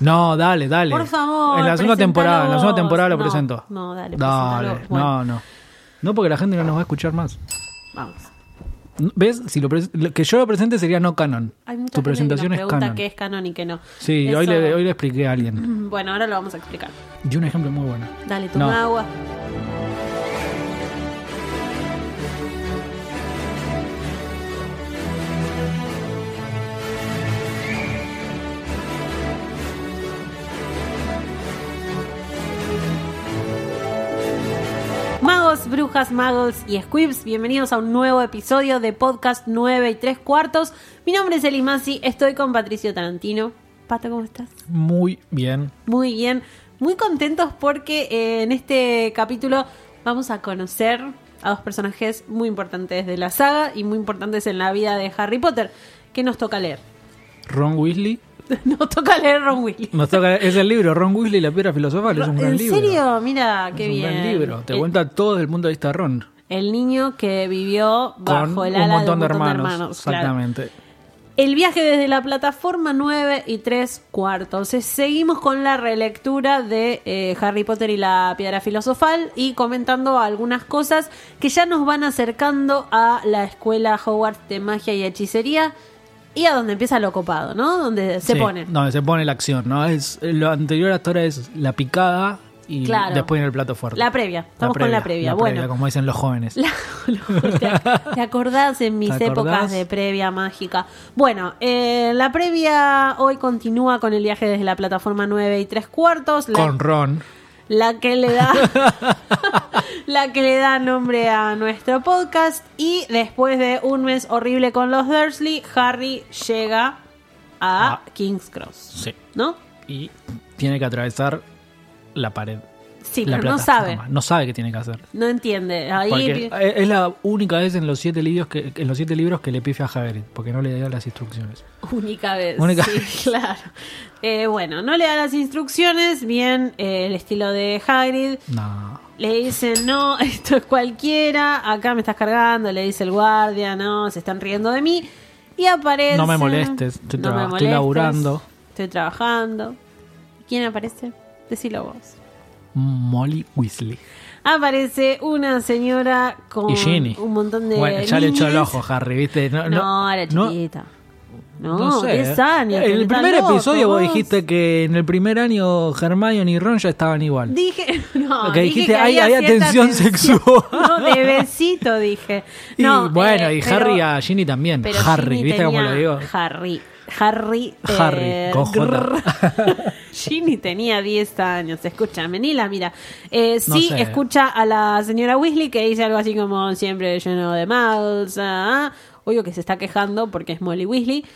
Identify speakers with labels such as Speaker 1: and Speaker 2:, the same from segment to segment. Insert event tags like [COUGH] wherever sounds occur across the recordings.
Speaker 1: No, dale, dale.
Speaker 2: Por favor.
Speaker 1: En la segunda
Speaker 2: presentalo
Speaker 1: temporada, en la segunda
Speaker 2: vos.
Speaker 1: temporada lo
Speaker 2: No,
Speaker 1: presento.
Speaker 2: No, dale,
Speaker 1: Dale,
Speaker 2: presentalo. Bueno,
Speaker 1: no, no. No, porque la gente no nos va a escuchar más.
Speaker 2: Vamos.
Speaker 1: ¿Ves? Si lo pres- lo que yo lo presente sería no canon.
Speaker 2: Hay mucha
Speaker 1: tu
Speaker 2: gente
Speaker 1: presentación
Speaker 2: que
Speaker 1: es
Speaker 2: nos pregunta
Speaker 1: canon.
Speaker 2: qué es canon y qué no.
Speaker 1: Sí,
Speaker 2: Eso-
Speaker 1: hoy le, hoy le expliqué a alguien.
Speaker 2: Bueno, ahora lo vamos a explicar.
Speaker 1: Y un ejemplo muy bueno.
Speaker 2: Dale,
Speaker 1: No.
Speaker 2: toma agua. Magos, brujas, magos y squibs, bienvenidos a un nuevo episodio de Podcast 9 y 3 cuartos. Mi nombre es Eli Masi, estoy con Patricio Tarantino. Pato, ¿cómo estás?
Speaker 1: Muy bien.
Speaker 2: Muy bien, muy contentos porque eh, en este capítulo vamos a conocer a dos personajes muy importantes de la saga y muy importantes en la vida de Harry Potter. que nos toca leer? [LAUGHS]
Speaker 1: Ron Weasley.
Speaker 2: Nos toca leer Ron Weasley.
Speaker 1: Nos toca- [LAUGHS] es el libro, Ron Weasley y la piedra filosofal. Es un gran
Speaker 2: ¿En
Speaker 1: libro.
Speaker 2: serio? Mira, qué
Speaker 1: es un
Speaker 2: bien. Eh,
Speaker 1: gran libro. Te
Speaker 2: El-
Speaker 1: cuenta todo desde el punto de vista de Ron.
Speaker 2: El niño que vivió
Speaker 1: Con
Speaker 2: bajo el
Speaker 1: un
Speaker 2: ala
Speaker 1: montón de hermanos.
Speaker 2: claro.
Speaker 1: exactamente.
Speaker 2: El viaje desde la plataforma 9 y 3 cuartos. Eh, Seguimos con la relectura de eh, Harry Potter y la piedra filosofal y comentando algunas cosas que ya nos van acercando a la escuela Hogwarts de magia y hechicería y a donde empieza lo copado, ¿no? Donde se
Speaker 1: Sí,
Speaker 2: pone.
Speaker 1: Donde se pone la acción, ¿no? Es, lo anterior hasta ahora es la picada y
Speaker 2: Claro.
Speaker 1: después en el plato fuerte.
Speaker 2: La previa. Estamos con la previa. Bueno.
Speaker 1: como dicen los jóvenes.
Speaker 2: [LAUGHS] La- lo- te, te acordás en mis
Speaker 1: ¿Te acordás?
Speaker 2: épocas de previa mágica? Bueno, eh, la previa hoy continúa con el viaje desde la plataforma 9 y 3 cuartos. La-
Speaker 1: Con Ron.
Speaker 2: la que le da [LAUGHS] la que le da nombre a nuestro podcast y después de un mes horrible con los Dursley, Harry llega a
Speaker 1: Ah.
Speaker 2: King's Cross,
Speaker 1: Sí.
Speaker 2: ¿no?
Speaker 1: Y tiene que atravesar la pared.
Speaker 2: Sí,
Speaker 1: la
Speaker 2: pero no sabe,
Speaker 1: plataforma. No sabe qué tiene que hacer.
Speaker 2: no entiende. Ahí
Speaker 1: Porque e-, es- es la única vez en los siete libros que, en los siete libros que le pifia a Hagrid, porque no le da las instrucciones.
Speaker 2: Única vez.
Speaker 1: Única
Speaker 2: sí,
Speaker 1: vez.
Speaker 2: [LAUGHS] claro. Eh, bueno, no le da las instrucciones, bien eh, el estilo de Hagrid.
Speaker 1: No.
Speaker 2: Le dice, no, [LAUGHS] esto es cualquiera, acá me estás cargando, le dice el guardia, no, se están riendo de mí. Y aparece...
Speaker 1: No me molestes, estoy traba- estoy laburando.
Speaker 2: Estoy trabajando. ¿Quién aparece? Decilo vos.
Speaker 1: Molly Weasley.
Speaker 2: Aparece una señora con
Speaker 1: y Ginny.
Speaker 2: un montón de...
Speaker 1: Bueno, ya le echó el
Speaker 2: niñes.
Speaker 1: ojo, Harry, ¿viste? No,
Speaker 2: No,
Speaker 1: no,
Speaker 2: era
Speaker 1: no-
Speaker 2: chiquita. No,
Speaker 1: no sé. eh.
Speaker 2: 10 años.
Speaker 1: En el
Speaker 2: estás
Speaker 1: primer
Speaker 2: loco,
Speaker 1: episodio vos
Speaker 2: vos.
Speaker 1: dijiste que en el primer año Hermione y Ron ya estaban igual.
Speaker 2: Dije, [LAUGHS] no,
Speaker 1: Que
Speaker 2: dije
Speaker 1: dijiste,
Speaker 2: que
Speaker 1: "Ay,
Speaker 2: había
Speaker 1: hay
Speaker 2: cierta
Speaker 1: atención
Speaker 2: tensión".
Speaker 1: sexual.
Speaker 2: [LAUGHS] No, de besito dije.
Speaker 1: Y
Speaker 2: No,
Speaker 1: bueno,
Speaker 2: eh,
Speaker 1: y
Speaker 2: pero-
Speaker 1: Harry a Ginny también.
Speaker 2: Pero
Speaker 1: Harry,
Speaker 2: Ginny
Speaker 1: ¿viste cómo
Speaker 2: tenía-
Speaker 1: lo digo?
Speaker 2: Harry. Harry.
Speaker 1: Harry,
Speaker 2: eh,
Speaker 1: con J. [LAUGHS]
Speaker 2: grrr. [LAUGHS] Ginny tenía 10 años, escúchame, ni la mira. Eh,
Speaker 1: No
Speaker 2: sí,
Speaker 1: sé.
Speaker 2: escucha a la señora Weasley que dice algo así como siempre lleno de mouths. ah, ah. Obvio que se está quejando porque es Molly Weasley.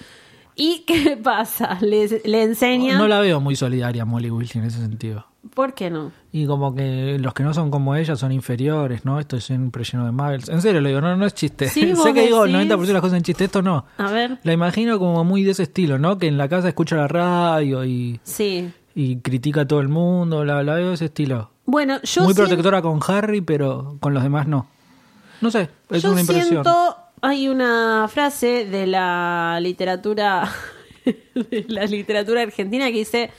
Speaker 2: ¿Y [LAUGHS] qué pasa? Le, le enseña.
Speaker 1: No la veo muy solidaria Molly Weasley en ese sentido.
Speaker 2: ¿Por qué no?
Speaker 1: Y como que los que no son como ella son inferiores, ¿no? Esto es siempre lleno de magos. En serio, lo digo, no, no es chiste.
Speaker 2: Sí, vos
Speaker 1: [LAUGHS] sé que digo el
Speaker 2: decís.
Speaker 1: 90% de las cosas en chiste, esto no.
Speaker 2: A ver.
Speaker 1: La imagino como muy de ese estilo, ¿no? Que en la casa escucha la radio y,
Speaker 2: Sí.
Speaker 1: y critica a todo el mundo, la, la veo de ese estilo.
Speaker 2: Bueno, yo
Speaker 1: muy
Speaker 2: siento-
Speaker 1: protectora con Harry, pero con los demás no. No sé, es
Speaker 2: yo
Speaker 1: una impresión.
Speaker 2: siento, hay una frase de la literatura [LAUGHS] de la literatura argentina que dice,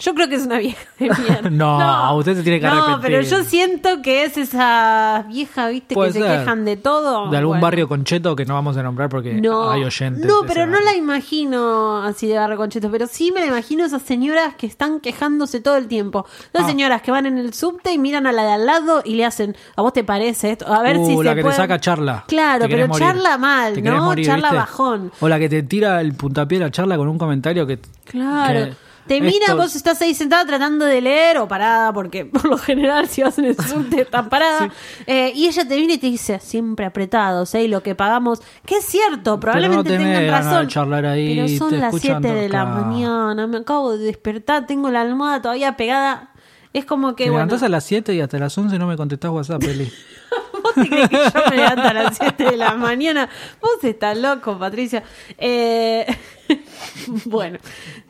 Speaker 2: yo creo que es una vieja
Speaker 1: [LAUGHS]
Speaker 2: de mierda.
Speaker 1: No, usted se tiene que
Speaker 2: No,
Speaker 1: arrepentir.
Speaker 2: pero yo siento que es esa vieja, ¿viste?
Speaker 1: Puede
Speaker 2: que se
Speaker 1: ser.
Speaker 2: quejan de todo.
Speaker 1: De algún
Speaker 2: Bueno.
Speaker 1: barrio concheto que no vamos a nombrar porque
Speaker 2: No,
Speaker 1: hay oyentes.
Speaker 2: no,
Speaker 1: de
Speaker 2: pero
Speaker 1: ese
Speaker 2: no la
Speaker 1: barrio.
Speaker 2: imagino así de barrio concheto, pero sí me la imagino esas señoras que están quejándose todo el tiempo. Las
Speaker 1: Ah.
Speaker 2: señoras que van en el subte y miran a la de al lado y le hacen, ¿a vos te parece esto? A ver
Speaker 1: Uh,
Speaker 2: si se
Speaker 1: la que
Speaker 2: pueden-
Speaker 1: te saca charla.
Speaker 2: Claro,
Speaker 1: Te
Speaker 2: pero
Speaker 1: querés morir.
Speaker 2: charla mal,
Speaker 1: Te querés
Speaker 2: ¿no?
Speaker 1: morir,
Speaker 2: charla
Speaker 1: ¿viste?
Speaker 2: bajón.
Speaker 1: O la que te tira el puntapié de la charla con un comentario que.
Speaker 2: Claro.
Speaker 1: que
Speaker 2: Te mira,
Speaker 1: esto-
Speaker 2: vos estás ahí sentada tratando de leer o parada, porque [LAUGHS] por lo general si vas en el
Speaker 1: [LAUGHS]
Speaker 2: subte estás parada. Eh, y ella te viene y te dice, siempre apretados, ¿eh? Y lo que pagamos, que es cierto, probablemente
Speaker 1: tenés
Speaker 2: tengan
Speaker 1: ganas de
Speaker 2: razón.
Speaker 1: charlar ahí,
Speaker 2: pero son
Speaker 1: te
Speaker 2: las 7
Speaker 1: escuchan
Speaker 2: de la
Speaker 1: acá.
Speaker 2: mañana, me acabo de despertar, tengo la almohada todavía pegada. Es como que,
Speaker 1: Te
Speaker 2: bueno,
Speaker 1: levantás a las 7 y hasta las 11 no me contestás WhatsApp, Eli.
Speaker 2: [LAUGHS] ¿Vos te crees que yo me levanto a las 7 de la mañana? Vos estás loco, Patricia. Eh, [LAUGHS] bueno,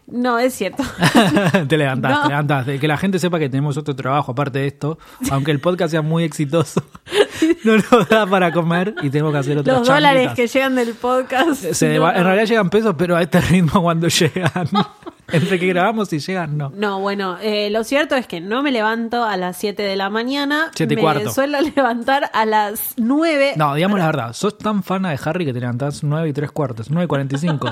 Speaker 2: no, es cierto.
Speaker 1: [LAUGHS] te levantás,
Speaker 2: No.
Speaker 1: te levantás. De Que la gente sepa que tenemos otro trabajo aparte de esto. Aunque el podcast sea muy exitoso, [LAUGHS] no nos da para comer y tengo que hacer otras
Speaker 2: Los dólares
Speaker 1: chambitas.
Speaker 2: [LAUGHS] que llegan del podcast.
Speaker 1: Se deba-
Speaker 2: no,
Speaker 1: En realidad [LAUGHS] llegan pesos, pero a este ritmo cuando llegan. Entre que grabamos y llegan, no.
Speaker 2: No, bueno, eh, lo cierto es que no me levanto a las 7 de la mañana.
Speaker 1: Siete y
Speaker 2: me
Speaker 1: cuarto.
Speaker 2: suelo [LAUGHS] levantar a las 9.
Speaker 1: No, digamos la verdad, sos tan fana de Harry que te levantás 9 y 3 cuartos, 9 y 45.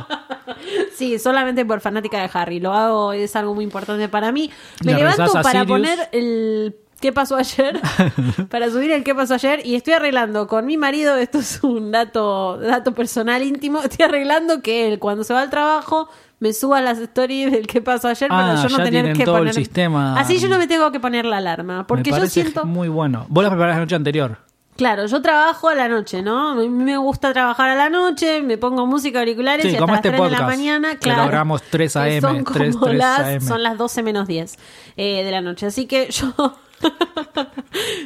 Speaker 2: Sí, solamente por fanática de Harry. Lo hago, es algo muy importante para mí. Me
Speaker 1: Le
Speaker 2: levanto
Speaker 1: rezás a
Speaker 2: para
Speaker 1: Sirius.
Speaker 2: poner el qué
Speaker 1: [LAUGHS]
Speaker 2: pasó ayer, para subir el qué pasó ayer y estoy arreglando con mi marido, esto es un dato, dato personal íntimo, estoy arreglando que él cuando se va al trabajo me suba las stories del qué pasó ayer para
Speaker 1: Ah,
Speaker 2: yo no
Speaker 1: ya
Speaker 2: tener
Speaker 1: tienen
Speaker 2: que
Speaker 1: todo el
Speaker 2: poner
Speaker 1: sistema.
Speaker 2: Así yo no me tengo que poner la alarma, [LAUGHS] porque
Speaker 1: Me
Speaker 2: yo
Speaker 1: parece
Speaker 2: siento
Speaker 1: muy bueno. Vos la preparás la noche anterior.
Speaker 2: Claro, yo trabajo a la noche, ¿no? A mí me gusta trabajar a la noche, me pongo música auriculares
Speaker 1: Sí,
Speaker 2: y hasta
Speaker 1: como
Speaker 2: las
Speaker 1: este
Speaker 2: 3 de la
Speaker 1: podcast,
Speaker 2: mañana,
Speaker 1: que
Speaker 2: claro.
Speaker 1: lo grabamos 3 AM,
Speaker 2: que son como
Speaker 1: 3, 3
Speaker 2: las,
Speaker 1: AM.
Speaker 2: Son las 12 menos 10 eh, de la noche, así que yo... [LAUGHS]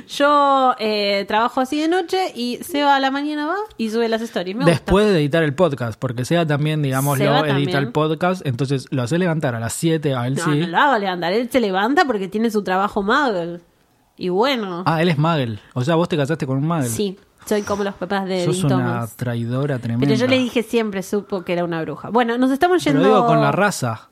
Speaker 2: yo eh, trabajo así de noche y se va a la mañana, va y sube las stories. Me gusta.
Speaker 1: Después de editar el podcast, porque sea también, digámoslo,
Speaker 2: Seba
Speaker 1: edita
Speaker 2: también.
Speaker 1: el podcast, entonces lo hace levantar a las 7 a él
Speaker 2: No,
Speaker 1: sí.
Speaker 2: no lo hago levantar, él se levanta porque tiene su trabajo muggle. Y bueno,
Speaker 1: Ah, él es Magel. O sea, vos te casaste con un Magel.
Speaker 2: sí, soy como los papás de
Speaker 1: Sos
Speaker 2: Dean
Speaker 1: una
Speaker 2: Thomas.
Speaker 1: traidora tremenda.
Speaker 2: Pero yo le dije siempre, supo que era una bruja. Bueno, nos estamos
Speaker 1: Te
Speaker 2: yendo...
Speaker 1: lo digo con la raza.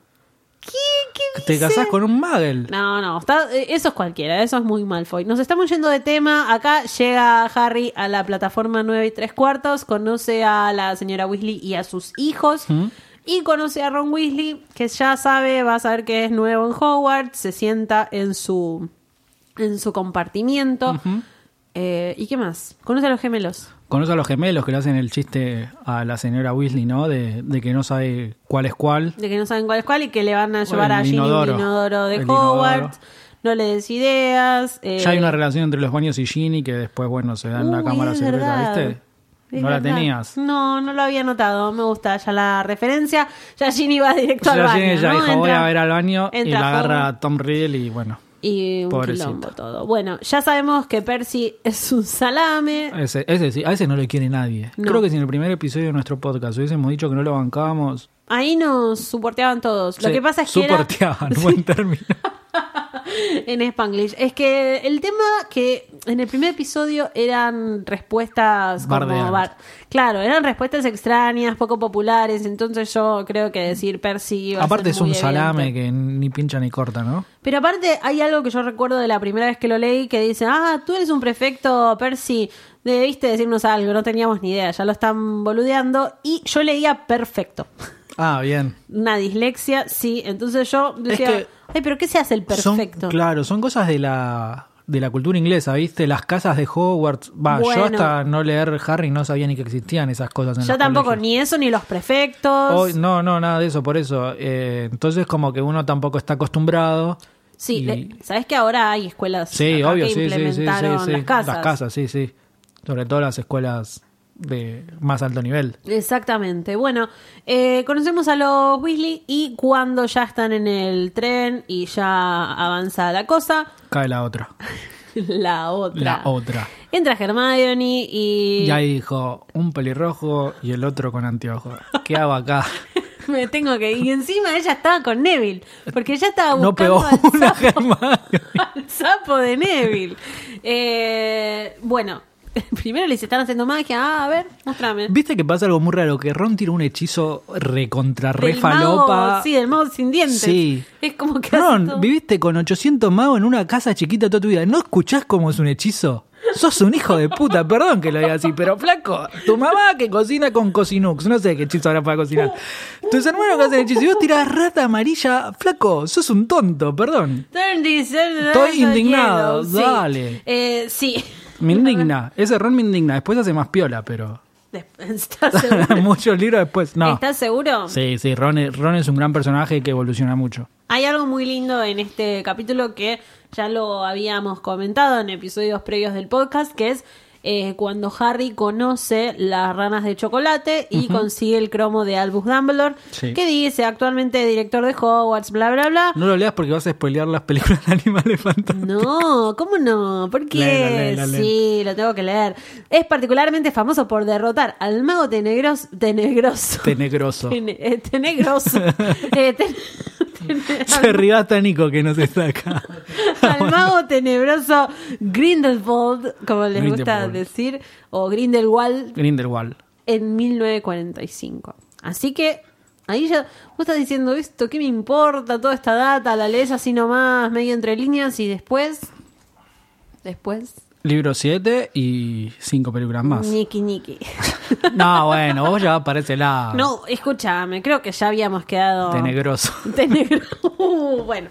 Speaker 2: ¿Qué? ¿Qué
Speaker 1: Te
Speaker 2: dice?
Speaker 1: casás con un Magel.
Speaker 2: No, no, está- eh, eso es cualquiera, eso es muy Malfoy. Nos estamos yendo de tema. Acá llega Harry a la plataforma 9 y 3 cuartos, conoce a la señora Weasley y a sus hijos.
Speaker 1: ¿Mm?
Speaker 2: Y conoce a Ron Weasley, que ya sabe, va a saber que es nuevo en Hogwarts, se sienta en su, en su compartimiento. Eh, ¿Y qué más? Conoce a los gemelos.
Speaker 1: Conoce a los gemelos que le hacen el chiste a la señora Weasley, ¿no? De, de que no sabe cuál es cuál.
Speaker 2: de que no saben cuál es cuál y que le van a llevar
Speaker 1: el
Speaker 2: a Ginny
Speaker 1: inodoro.
Speaker 2: un inodoro de
Speaker 1: El
Speaker 2: Hogwarts. No le des ideas. eh,
Speaker 1: Ya hay una relación entre los baños y Ginny que después, bueno, se da en la
Speaker 2: Uy,
Speaker 1: cámara
Speaker 2: es
Speaker 1: secreta,
Speaker 2: verdad.
Speaker 1: ¿viste?
Speaker 2: Es
Speaker 1: no la
Speaker 2: verdad.
Speaker 1: tenías.
Speaker 2: No, no lo había notado. Me gusta ya la referencia. Ya Ginny va directo
Speaker 1: Ya
Speaker 2: al baño.
Speaker 1: Ginny ya
Speaker 2: ¿no?
Speaker 1: dijo, voy
Speaker 2: Entra-
Speaker 1: a ver al baño y
Speaker 2: entra
Speaker 1: la agarra
Speaker 2: Hogwarts.
Speaker 1: a Tom Riddle y bueno,
Speaker 2: Y un
Speaker 1: Pobrecita.
Speaker 2: quilombo todo. Bueno, ya sabemos que Percy es un salame.
Speaker 1: ese, ese sí, a ese no le quiere nadie.
Speaker 2: No.
Speaker 1: Creo que si en el primer episodio de nuestro podcast hubiésemos dicho que no lo bancábamos,
Speaker 2: Ahí nos soporteaban todos. Lo
Speaker 1: se
Speaker 2: que pasa es que era-
Speaker 1: suporteaban, [LAUGHS] buen término.
Speaker 2: [LAUGHS] en Spanglish. Es que el tema que en el primer episodio eran respuestas como
Speaker 1: Bardeadas.
Speaker 2: bar- claro, eran respuestas extrañas, poco populares, entonces yo creo que decir Percy iba a
Speaker 1: Aparte
Speaker 2: ser
Speaker 1: es un
Speaker 2: muy
Speaker 1: salame
Speaker 2: evidente.
Speaker 1: que ni pincha ni corta, ¿no?
Speaker 2: Pero aparte hay algo que yo recuerdo de la primera vez que lo leí que dice, "Ah, tú eres un prefecto, Percy, debiste decirnos algo, no teníamos ni idea, ya lo están boludeando" y yo leía perfecto.
Speaker 1: Ah, bien.
Speaker 2: Una dislexia, sí, entonces yo decía,
Speaker 1: que-
Speaker 2: "Ay, pero qué se hace el
Speaker 1: Son-
Speaker 2: perfecto?"
Speaker 1: claro, son cosas de la, de la cultura inglesa, ¿viste? Las casas de Hogwarts. Va,
Speaker 2: Bueno.
Speaker 1: yo hasta no leer Harry no sabía ni que existían esas cosas en
Speaker 2: Yo
Speaker 1: los
Speaker 2: tampoco,
Speaker 1: colegios.
Speaker 2: ni eso, ni los prefectos.
Speaker 1: Hoy- no, no, nada de eso, por eso. Eh, entonces, como que uno tampoco está acostumbrado.
Speaker 2: sí,
Speaker 1: y-
Speaker 2: le- sabes que ahora hay escuelas
Speaker 1: Sí,
Speaker 2: acá
Speaker 1: obvio,
Speaker 2: que
Speaker 1: sí, sí, sí, sí,
Speaker 2: implementaron
Speaker 1: sí.
Speaker 2: las casas.
Speaker 1: sí, sí. Sobre todo las escuelas de más alto nivel.
Speaker 2: Exactamente. Bueno, eh, conocemos a los Weasley y cuando ya están en el tren y ya avanza la cosa, [LAUGHS]
Speaker 1: Cae la otra.
Speaker 2: la otra.
Speaker 1: La otra.
Speaker 2: Entra Hermione y
Speaker 1: Y ahí dijo, un pelirrojo y el otro con anteojos. ¿Qué hago
Speaker 2: [LAUGHS]
Speaker 1: acá?
Speaker 2: [LAUGHS] me tengo que y encima ella estaba con Neville, porque ella estaba
Speaker 1: No
Speaker 2: buscando
Speaker 1: pegó
Speaker 2: al
Speaker 1: una [LAUGHS]
Speaker 2: sapo.
Speaker 1: germana.
Speaker 2: al sapo de Neville. Eh, bueno, [LAUGHS] primero le dice, están haciendo magia. Ah, a ver, muéstrame.
Speaker 1: ¿Viste que pasa algo muy raro? Que Ron tira un hechizo recontra re
Speaker 2: Del mago,
Speaker 1: falopa.
Speaker 2: sí, del mago sin dientes.
Speaker 1: Sí.
Speaker 2: Es como que... hace todo.
Speaker 1: Ron, viviste con 800 magos en una casa chiquita toda tu vida. ¿No escuchás cómo es un hechizo? Sos un hijo de puta, perdón que lo diga así, pero flaco, tu mamá que cocina con cocinux, no sé qué hechizo habrá para cocinar. Tus hermanos que hacen hechizo y vos tirás rata amarilla, flaco, sos un tonto, perdón.
Speaker 2: Estoy
Speaker 1: indignado, dale.
Speaker 2: Sí. Eh, sí. [LAUGHS]
Speaker 1: Me indigna, ese Ron me indigna, después hace más piola, pero...
Speaker 2: ¿Estás seguro?
Speaker 1: Muchos libros después, [LAUGHS] no.
Speaker 2: ¿Estás seguro?
Speaker 1: Sí, sí, Ron es, Ron es un gran personaje que evoluciona mucho.
Speaker 2: Hay algo muy lindo en este capítulo que ya lo habíamos comentado en episodios previos del podcast, que es eh, cuando Harry conoce las ranas de chocolate y consigue el cromo de Albus Dumbledore,
Speaker 1: Sí.
Speaker 2: que dice actualmente director de Hogwarts, bla, bla, bla.
Speaker 1: No lo leas porque vas a spoilear las películas [LAUGHS] de animales fantásticos.
Speaker 2: No, ¿cómo no? ¿Por qué?
Speaker 1: Léelo, léelo, léelo.
Speaker 2: Sí, lo tengo que leer. Es particularmente famoso por derrotar al mago tenegros, tenegroso.
Speaker 1: Este Tenegroso.
Speaker 2: [LAUGHS] Tene-
Speaker 1: [LAUGHS]
Speaker 2: eh, tenegroso. Eh, ten- ten-
Speaker 1: Se ríe hasta Nico que no se está acá.
Speaker 2: al, al mago tenebroso Grindelwald, como les gusta
Speaker 1: Grindelwald.
Speaker 2: decir, o Grindelwald,
Speaker 1: Grindelwald.
Speaker 2: en 1945. Así que Ahí ya, vos estás diciendo esto, ¿qué me importa? Toda esta data, la lees así nomás, medio entre líneas y después. Después.
Speaker 1: Libro 7 y 5 películas más.
Speaker 2: Niki Niki.
Speaker 1: [LAUGHS] No, bueno, vos ya vas para ese lado. este
Speaker 2: No, escúchame, creo que ya habíamos quedado.
Speaker 1: Tenegroso.
Speaker 2: Tenegro. Uh, bueno.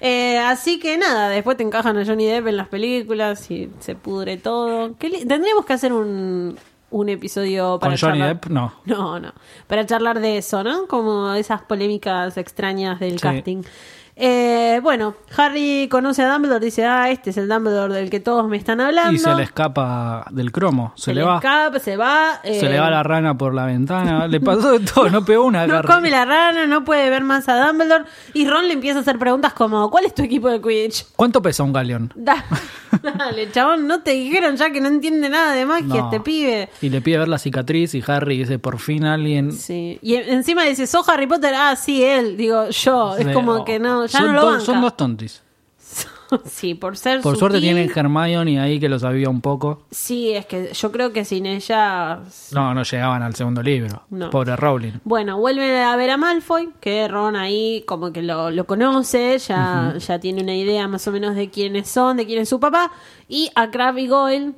Speaker 2: Eh, así que nada, después te encajan a Johnny Depp en las películas y se pudre todo. ¿Qué li- Tendríamos que hacer un, un episodio para
Speaker 1: Con Johnny
Speaker 2: charlar-
Speaker 1: Depp, no.
Speaker 2: No, no. Para charlar de eso, ¿no? Como esas polémicas extrañas del
Speaker 1: Sí.
Speaker 2: casting. Eh, bueno, Harry conoce a Dumbledore, dice, ah, este es el Dumbledore del que todos me están hablando.
Speaker 1: Y se le escapa del cromo. Se,
Speaker 2: Se
Speaker 1: le
Speaker 2: le
Speaker 1: va.
Speaker 2: escapa, se va. eh,
Speaker 1: Se le va la rana por la ventana. [LAUGHS] Le pasó de todo, no pegó una.
Speaker 2: No
Speaker 1: Harry.
Speaker 2: come la rana, no puede ver más a Dumbledore. Y Ron le empieza a hacer preguntas como, ¿cuál es tu equipo de Quidditch? [LAUGHS]
Speaker 1: ¿Cuánto pesa un galeón? [LAUGHS]
Speaker 2: Da- Dale, chabón, no te dijeron ya que no entiende nada de magia
Speaker 1: No.
Speaker 2: este pibe.
Speaker 1: Y le pide ver la cicatriz y Harry dice, por fin alguien...
Speaker 2: Sí. Y en- encima dice, ¿sos Harry Potter? Ah, sí, él. Digo, yo. Es
Speaker 1: de-
Speaker 2: como que no, ya
Speaker 1: Oh. son
Speaker 2: no lo
Speaker 1: dos-
Speaker 2: banca.
Speaker 1: Son dos tontis.
Speaker 2: [LAUGHS] sí, por ser
Speaker 1: Por suerte
Speaker 2: sutil,
Speaker 1: tienen Hermione ahí que los sabía un poco.
Speaker 2: Sí, es que yo creo que sin ella...
Speaker 1: No, no llegaban al segundo libro.
Speaker 2: No.
Speaker 1: Pobre Rowling.
Speaker 2: Bueno, vuelve a ver a Malfoy, que Ron ahí como que lo, lo conoce, ya, ya tiene una idea más o menos de quiénes son, de quién es su papá, y a Crabbe y Goyle,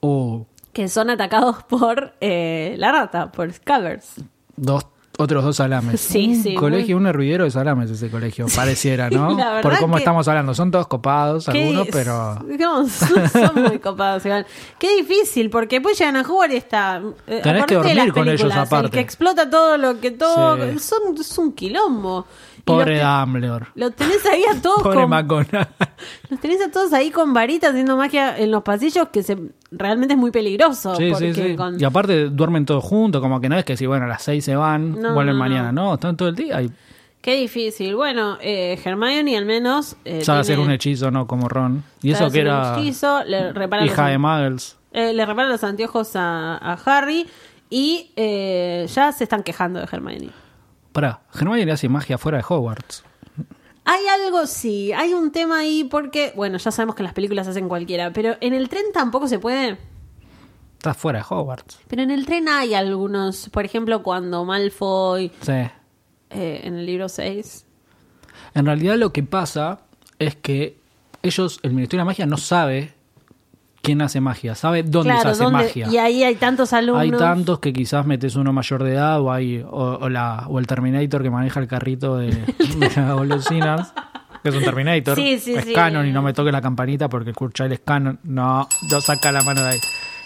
Speaker 1: Uh,
Speaker 2: que son atacados [LAUGHS] por eh, la rata, por Scabbers.
Speaker 1: dos, otros dos salames.
Speaker 2: Sí,
Speaker 1: un
Speaker 2: sí,
Speaker 1: Colegio, un hervidero de salames ese colegio,
Speaker 2: [LAUGHS]
Speaker 1: pareciera, ¿no?
Speaker 2: la verdad
Speaker 1: Por cómo
Speaker 2: que-
Speaker 1: estamos hablando. Son todos copados,
Speaker 2: Qué-
Speaker 1: algunos, pero...
Speaker 2: [LAUGHS] No, son, son muy copados igual. Qué difícil, porque después llegan a jugar y está. eh,
Speaker 1: Tenés que
Speaker 2: aparte de
Speaker 1: dormir
Speaker 2: las
Speaker 1: con ellos
Speaker 2: películas,
Speaker 1: aparte.
Speaker 2: El que explota todo lo que todo.
Speaker 1: Sí.
Speaker 2: Son, es un quilombo. Y
Speaker 1: Pobre
Speaker 2: los,
Speaker 1: Dumbledore.
Speaker 2: te- los tenés ahí a todos
Speaker 1: Pobre
Speaker 2: con,
Speaker 1: Macona.
Speaker 2: los tenés a todos ahí con varitas haciendo magia en los pasillos que se realmente es muy peligroso.
Speaker 1: Sí, sí,
Speaker 2: porque
Speaker 1: sí.
Speaker 2: con-
Speaker 1: Y aparte duermen todos juntos, como que no es que si, bueno, a las seis se van,
Speaker 2: No,
Speaker 1: vuelven
Speaker 2: no,
Speaker 1: mañana.
Speaker 2: no.
Speaker 1: No. están todo el día y
Speaker 2: Qué difícil. Bueno, eh, Hermione al menos. eh,
Speaker 1: sabe hacer
Speaker 2: tiene-
Speaker 1: un hechizo, ¿no? Como Ron. Y
Speaker 2: sabe
Speaker 1: eso que
Speaker 2: hacer un
Speaker 1: era
Speaker 2: hechizo, le repara los
Speaker 1: hija de Muggles.
Speaker 2: Eh, le reparan los anteojos a, a Harry y eh, ya se están quejando de Hermione.
Speaker 1: Pará, Hermione hace magia fuera de Hogwarts.
Speaker 2: Hay algo, sí, hay un tema ahí porque, bueno, ya sabemos que en las películas hacen cualquiera, pero en el tren tampoco se puede.
Speaker 1: Está fuera de Hogwarts.
Speaker 2: Pero en el tren hay algunos, por ejemplo, cuando Malfoy,
Speaker 1: Sí.
Speaker 2: eh, en el libro 6,
Speaker 1: En realidad lo que pasa es que ellos, el Ministerio de la Magia no sabe quién hace magia, sabe dónde se hace
Speaker 2: ¿dónde?
Speaker 1: magia.
Speaker 2: y ahí hay tantos alumnos.
Speaker 1: Hay tantos que quizás metes uno mayor de edad o hay o, o la, o el Terminator que maneja el carrito de, [LAUGHS] de las golosinas. Que es un Terminator.
Speaker 2: Sí, sí,
Speaker 1: es
Speaker 2: sí.
Speaker 1: canon y no me toque la campanita porque el Kurchail es canon. No, no saca la mano de ahí.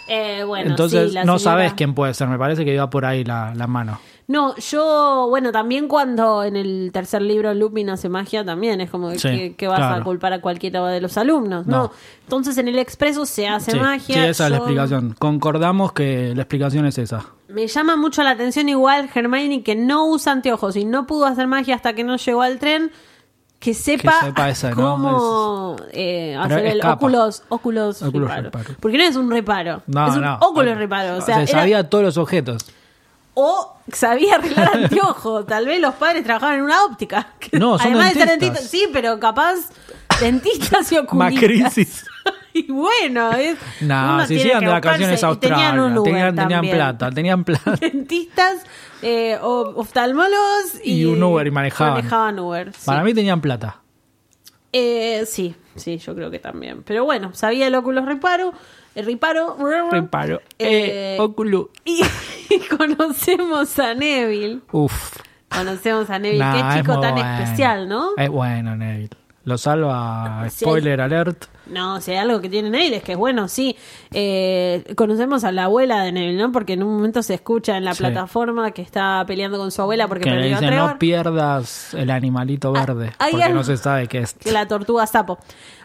Speaker 2: Eh, bueno,
Speaker 1: Entonces
Speaker 2: sí, la
Speaker 1: no
Speaker 2: señora-
Speaker 1: sabes quién puede ser. Me parece que iba por ahí la, la mano.
Speaker 2: No, yo, bueno, también cuando en el tercer libro Lupin hace magia, también es como que,
Speaker 1: Sí,
Speaker 2: que- que vas a
Speaker 1: claro.
Speaker 2: culpar a cualquiera de los alumnos, ¿no?
Speaker 1: No.
Speaker 2: Entonces en el expreso se hace
Speaker 1: Sí,
Speaker 2: magia.
Speaker 1: sí, esa es la
Speaker 2: yo-
Speaker 1: explicación. Concordamos que la explicación es esa.
Speaker 2: Me llama mucho la atención igual Hermione que no usa anteojos y no pudo hacer magia hasta que no llegó al tren. Que sepa,
Speaker 1: sepa esa, ¿no?
Speaker 2: cómo eh,
Speaker 1: Pero
Speaker 2: hacer el
Speaker 1: escapa.
Speaker 2: óculos, óculos,
Speaker 1: Óculos
Speaker 2: reparo.
Speaker 1: reparo.
Speaker 2: Porque no es un reparo,
Speaker 1: No,
Speaker 2: es un
Speaker 1: no.
Speaker 2: óculos reparo. O sea,
Speaker 1: se
Speaker 2: era-
Speaker 1: sabía todos los objetos.
Speaker 2: O sabía arreglar [LAUGHS] anteojos. Tal vez los padres trabajaban en una óptica. Que
Speaker 1: No, son
Speaker 2: Además de ser
Speaker 1: dentistas.
Speaker 2: dentistas. Sí, pero capaz dentistas y oculistas.
Speaker 1: Macrisis.
Speaker 2: [LAUGHS] Y bueno, es.
Speaker 1: No,
Speaker 2: uno
Speaker 1: sí,
Speaker 2: tiene
Speaker 1: hicieron
Speaker 2: que
Speaker 1: de vacaciones
Speaker 2: buscarse.
Speaker 1: a
Speaker 2: Y Tenían un
Speaker 1: Australia.
Speaker 2: Uber
Speaker 1: Tenían, tenían
Speaker 2: también.
Speaker 1: plata, tenían plata.
Speaker 2: [LAUGHS] Dentistas, eh, o- oftalmólogos y.
Speaker 1: Y un Uber, y manejaban.
Speaker 2: Manejaban Uber. sí.
Speaker 1: Para mí tenían plata.
Speaker 2: Eh, sí, sí, yo creo que también. Pero bueno, sabía el óculos reparo. eh, El reparo.
Speaker 1: Reparo.
Speaker 2: Eh,
Speaker 1: Eh, óculo.
Speaker 2: Y, [LAUGHS] y conocemos a Neville.
Speaker 1: Uf.
Speaker 2: Conocemos a Neville,
Speaker 1: Nah,
Speaker 2: qué
Speaker 1: es
Speaker 2: chico
Speaker 1: muy
Speaker 2: tan
Speaker 1: bueno. Eh.
Speaker 2: especial, ¿no?
Speaker 1: Es bueno, Neville. Lo salva,
Speaker 2: Sí,
Speaker 1: spoiler alert.
Speaker 2: No, si hay algo que tiene Neville es que es bueno, sí. Eh, conocemos a la abuela de Neville, ¿no? Porque en un momento se escucha en la
Speaker 1: Sí.
Speaker 2: plataforma que está peleando con su abuela porque
Speaker 1: Que le
Speaker 2: perdió a
Speaker 1: dice,
Speaker 2: Trevor.
Speaker 1: no pierdas el animalito
Speaker 2: Ah,
Speaker 1: verde.
Speaker 2: hay
Speaker 1: porque
Speaker 2: algo-
Speaker 1: no se sabe qué es.
Speaker 2: que la tortuga sapo.